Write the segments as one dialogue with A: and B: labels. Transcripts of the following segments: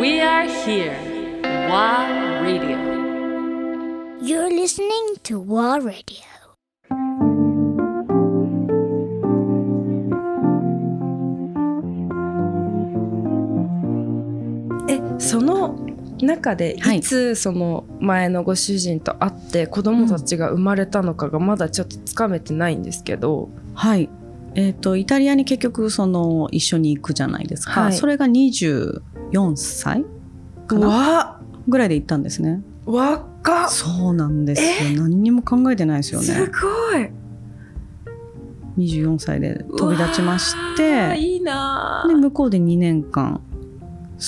A: We are here. WA Radio.
B: You're listening to War Radio.
C: えその中で
D: はい
C: いつその前のご主人と会って子供たちが生まれたのかがまだちょっとつかめてないんですけど、
D: はい。えっ、と、イタリアに結局、その、一緒に行くじゃないですか。
C: はい
D: それが24歳かな
C: わ
D: ぐらいで行ったんですね。
C: 若っ
D: そうなんですよ。何にも考えてないですよ
C: す
D: ね。
C: ごい
D: 24歳で飛び立ちまし
C: うわー
D: て、
C: いいな
D: で、
C: ー
D: 向こうで2年間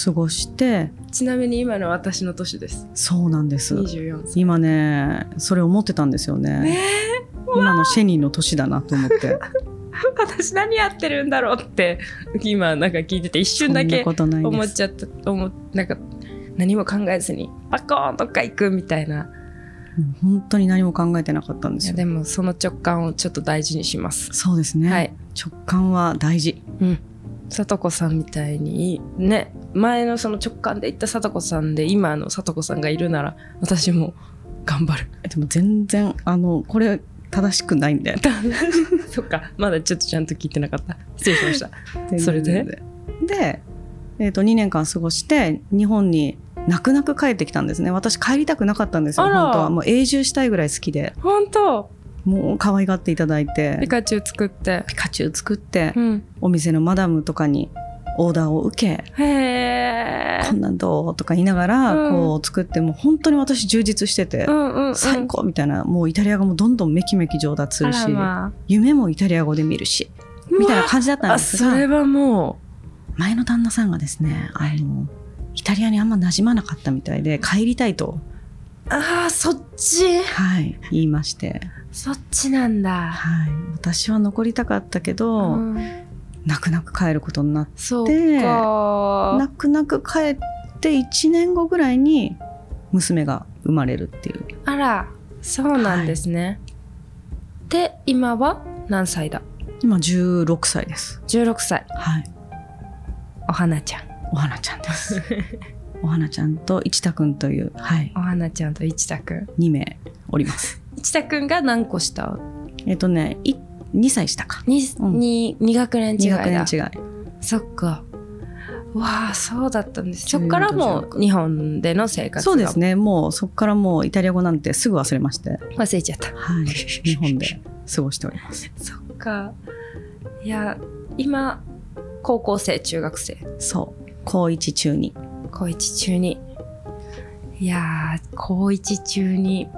D: 過ごして、
C: ちなみに今の私の年です
D: そうなんです。
C: 24歳
D: 今ね、それ思ってたんですよね。
C: ね
D: 今のシェニーの年だなと思って。
C: 私何やってるんだろうって今なんか聞いてて一
D: そ
C: 瞬
D: んな
C: だけ
D: ことない
C: 思
D: で
C: っ
D: す。
C: ちゃった思っなんか何も考えずにパコーンどっか行くみたいな
D: うん本当に何も考えてなかったんで
C: い
D: す
C: や
D: よ。
C: でもその直感をちょっと大事にします、
D: そうですね。
C: はい
D: 直感は大事。
C: うん聡子さんみたいにね前のその直感で行った聡子さんで今の聡子さんがいるなら私も頑張る
D: でも全然あのこれ正しくないんだよ。
C: そっかまだちょっとちゃんと聞いてなかった失礼しましたそ
D: そ
C: れ
D: れ
C: で
D: でで、えー、と2年間過ごして日本に泣く泣く帰ってきたんですね私帰りたくなかったんですよ
C: あら
D: 本当はもう永住したいぐらい好きで
C: 本当
D: もう可愛がっていただいて
C: ピカチュウ作って
D: ピカチュウ作って、
C: うん
D: お店のマダムとかにオーダーを受け
C: へえ
D: こんなんどうとか言いながら
C: うん
D: こう作って、もう本当に私充実してて、
C: うんうん、うん、
D: 最高みたいなもうイタリア語もどんどんめきめき上達す
C: あ
D: るし、
C: らま
D: 夢もイタリア語で見るしみたいな感じだったん
C: あ
D: ですが
C: それはも
D: 前の旦那さんがですねあのイタリアにあんま馴染まなかったみたいで帰りたいと、
C: うああそっち
D: はい、言いまして、
C: そっちなんだ、
D: はい、私は残りたかったけ
C: う
D: ど、
C: ん、
D: 泣く泣く帰ることになって
C: そう
D: で
C: か
D: 泣く泣く帰って1年後ぐらいに娘が生まれるっていう
C: あらそうなんですね、で今は何歳だ
D: 今16歳です、
C: 16歳
D: はい、
C: お花ちゃん
D: お花ちゃんです お花ちゃんと一太くんという、はい、
C: お花ちゃんと一太くん
D: 2名おります
C: 一太くんが何個下
D: えっとねい2歳下か
C: 2,、
D: うん
C: に二学年違い
D: 2
C: だ
D: 学年違い
C: そっかわあそうだったんですそっからもう日本での生活が
D: そうですねもうそこからもうイタリア語なんてすぐ忘れまして
C: 忘れちゃった
D: はい、日本で過ごしております。
C: そっかいや今高校生中学生
D: そう、高一中に。
C: 高一中にいやー高一中に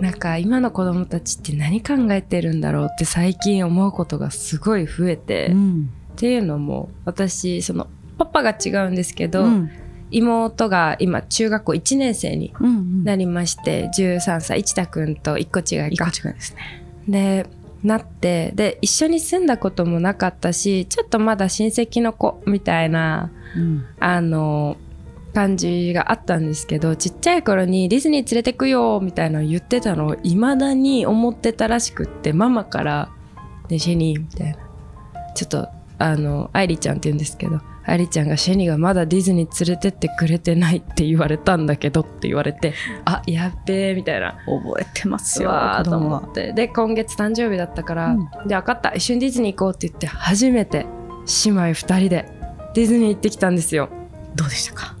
C: なんか今の子供たちって何考えてるんだろうって最近思うことがすごい増えて、
D: う
C: っ
D: ん、
C: ていうのも私そのパパが違うんですけ
D: う
C: ど、
D: ん、
C: 妹が今中学校1年生に
D: うん、
C: なりまして13歳一太くんと1個違い
D: 一個
C: か
D: 違いですね。
C: でなってで一緒に住んだこともなかったしちょっとまだ親戚の子みたいな
D: うん、
C: あの感じがあったんですけどちっちゃい頃にディズニー連れてくよみたいなのを言ってたのをいまだに思ってたらしくってママから「ねシェニー」みたいなちょっとあの愛梨ちゃんって言うんですけど愛梨ちゃんが「シェニーがまだディズニー連れてってくれてない」って言われたんだけどって言われて「あやっべえ」みたいな
D: 覚えてます
C: う
D: よ。
C: わー
D: 子
C: と
D: 供
C: 思
D: は
C: っ。てで今月誕生日だったから、
D: う
C: で分かった一緒にディズニー行こうって言って初めて姉妹2人でディズニー行ってきたんですよ
D: どうでしたか。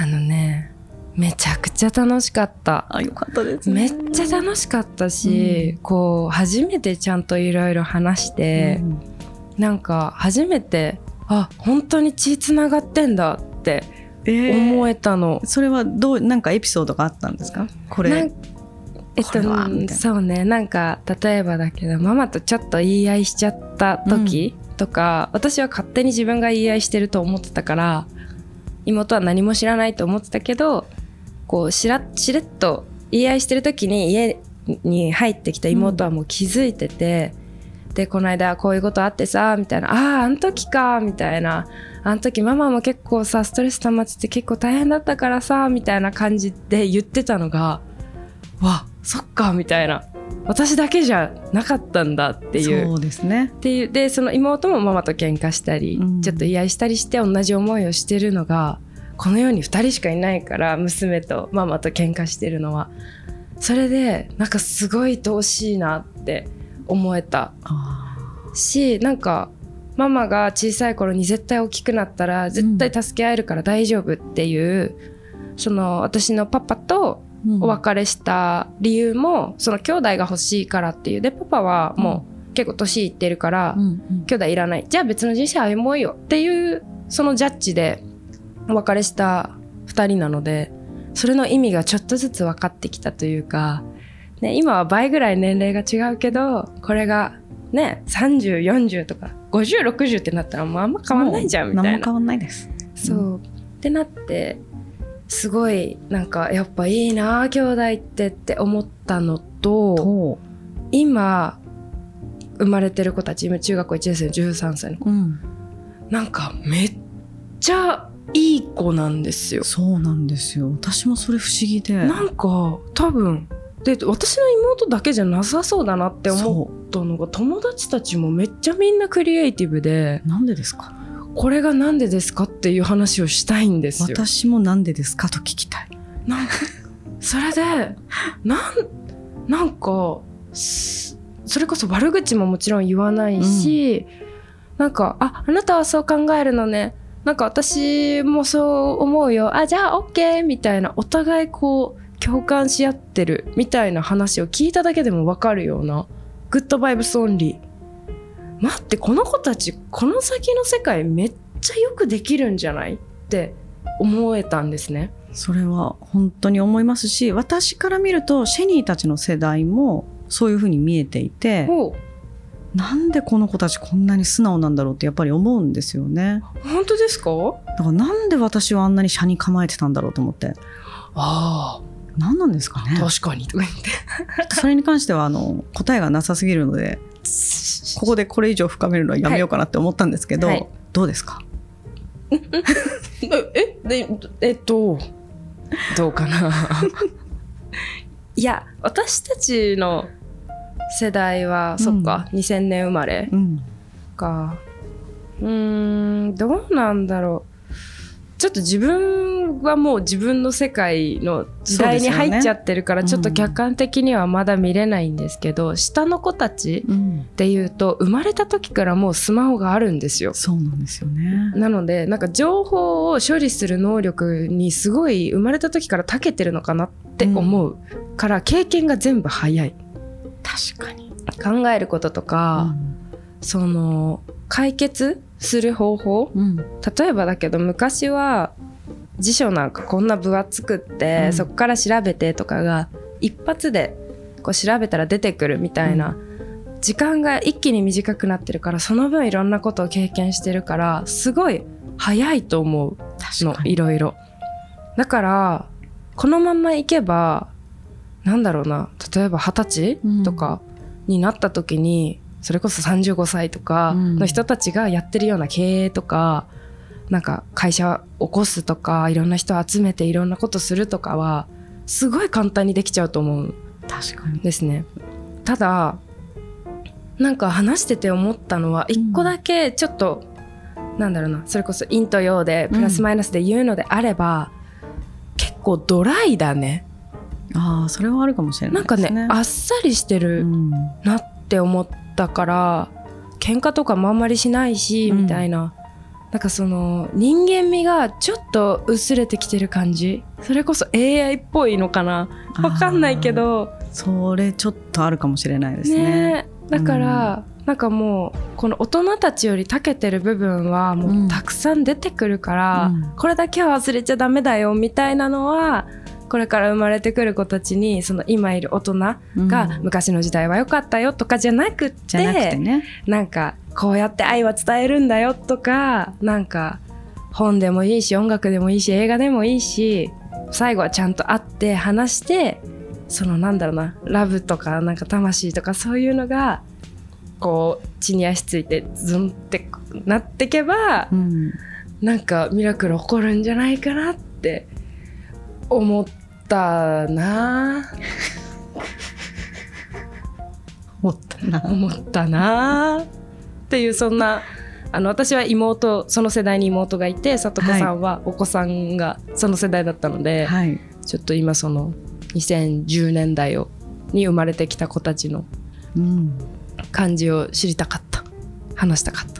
C: あのねめちゃくちゃ楽しかった
D: あ、よかったです
C: め
D: ね。
C: っちゃ楽しかったし、こう初めてちゃんといろいろ話して
D: う、ん
C: なんか初めてあ本当に血つながってんだって思
D: え
C: えたの、
D: それはどう、なんかエピソードがあったんですか。こ
C: な
D: れ
C: ん。えっ
D: ことれはみたいな
C: そうねなんか例えばだけどママとちょっと言い合いしちゃった時とか、私は勝手に自分が言い合いしてると思ってたから妹は何も知らないと思ってたけどこうしらしれっと言い合いしてる時に家に入ってきた妹はもう気づいてて、でこの間こういうことあってさみたいなああーあの時かみたいなあの時ママも結構さストレス溜まってて結構大変だったからさみたいな感じで言ってたのがわそっかみたいな私だけじゃなかったんだっていう。
D: そうですね。
C: っていうでその妹もママと喧嘩したり、
D: うん
C: ちょっと言い合いしたりして同じ思いをしてるのがこの世に2人しかいないから娘とママと喧嘩してるのはそれでなんかすごい愛おしいなって思えた
D: あ
C: しなんかママが小さい頃に絶対大きくなったら絶対助け合えるから大丈夫っていう、その私のパパと
D: ーうん
C: お別れした理由も、その兄弟が欲しいからっていうでパパはもう結構年いってるから、
D: うんうん
C: 兄弟いらないじゃあ別の人生歩もうよっていうそのジャッジでお別れした2人なのでそれの意味がちょっとずつ分かってきたというか、ね、今は倍ぐらい年齢が違うけどこれがね3040とか5060ってなったらもうあんま変わんないじゃんみたい
D: 何も
C: な。
D: 変わんないです
C: そうってなってすごいなんかやっぱいいなあ兄弟ってって思ったのと
D: と
C: 今生まれてる子たち今中学校1年生の13歳の子
D: うん
C: なんかめっちゃいい子なんですよ。
D: そうなんですよ私もそれ不思議で
C: なんか多分で私の妹だけじゃなさそうだなって思
D: そ
C: ったのが友達たちもめっちゃみんなクリエイティブで
D: うなんでですか
C: これがなんでですかっていう話をしたいんですよ。
D: 私もなんでですかと聞きたい
C: なんかそれでなんなんかすそれこそ悪口ももちろん言わないし、なんか「ああなたはそう考えるのね」なんか私もそう思うよあじゃあ OK みたいなお互いこう共感し合ってるみたいな話を聞いただけでも分かるようなグッドバイブスオンリー待ってこの子たちこの先の世界めっちゃよくできるんじゃないって思えたんですね。
D: それは本当に思いますし私から見るとシェニーたちの世代もそういうふうに見えていて
C: お
D: なんでこの子たちこんなに素直なんだろうってやっぱり思うんですよね
C: 本当ですか
D: だからなんで私はあんなに車に構えてたんだろうと思って
C: あ
D: 何なんですかね
C: 確かにとか言って
D: それに関してはあの答えがなさすぎるのでここでこれ以上深めるのはやめようかなって思ったんですけど、
C: はいはい
D: どうですか
C: えでえっとどうかな いや私たちの世代は、そっか2000年生まれ
D: うん
C: かうーんどうなんだろうちょっと自分はもう自分の世界の時代に
D: そうですよね
C: 入っちゃってるから、ちょっと客観的にはまだ見れないんですけど、下の子たち
D: うん、
C: っていうと生まれた時からもうスマホがあるんですよ。
D: そうなんですよね
C: なのでなんか情報を処理する能力にすごい生まれた時から長けてるのかなって思うから経験が全部早い
D: 確かに
C: 考えることとか、その解決する方法
D: うん、
C: 例えばだけど昔は辞書なんかこんな分厚くって、
D: うん
C: そこから調べてとかが一発でこう調べたら出てくるみたいな、時間が一気に短くなってるからその分いろんなことを経験してるからすごい早いと思う
D: 確
C: の
D: かに
C: いろいろだからこのままいけばなんだろうな例えば二十
D: う
C: 歳
D: ん
C: とかになった時に、それこそ35歳とかの人たちがやってるような経営とか、なんか会社を起こすとかいろんな人を集めていろんなことするとかはすごい簡単にできちゃうと思うん
D: 確かに
C: ですねただなんか話してて思ったのは
D: うん
C: 一個だけちょっと、なんだろうなそれこそ陰と陽でプラスマイナスで言うのであれば、結構ドライだね
D: ああそれはあるかもしれな
C: ないんか
D: です
C: ね
D: ね
C: あっさりして
D: う
C: る
D: ん
C: なって思ったから喧嘩とかもあんまりしないし、
D: うん
C: みたいななんかその人間味がちょっと薄れてきてる感じそれこそ AI っぽいのかなわかんないけど
D: あーそれちょっとあるかもしれないですね
C: えだから、なんかもうこの大人たちより長けてる部分はもううんたくさん出てくるから、
D: うん
C: これだけは忘れちゃダメだよみたいなのはこれから生まれてくる子たちにその今いる大人が
D: うん
C: 昔の時代は良かったよとかじゃなくて
D: じゃなくてね
C: なんかこうやって愛は伝えるんだよとかなんか本でもいいし音楽でもいいし映画でもいいし最後はちゃんと会って話してそのなんだろうなラブとかなんか魂とかそういうのがこう地に足ついてズンってなってけば
D: うん
C: なんかミラクル起こるんじゃないかなって思ったなぁ
D: 思ったな
C: 思ったなぁっていうそんなあの私は妹その世代に妹がいてさとこさんはお子さんがその世代だったので、
D: はい、
C: ちょっと今その2010年代をに生まれてきた子たちの
D: うん、
C: 感じを知りたかった話したかった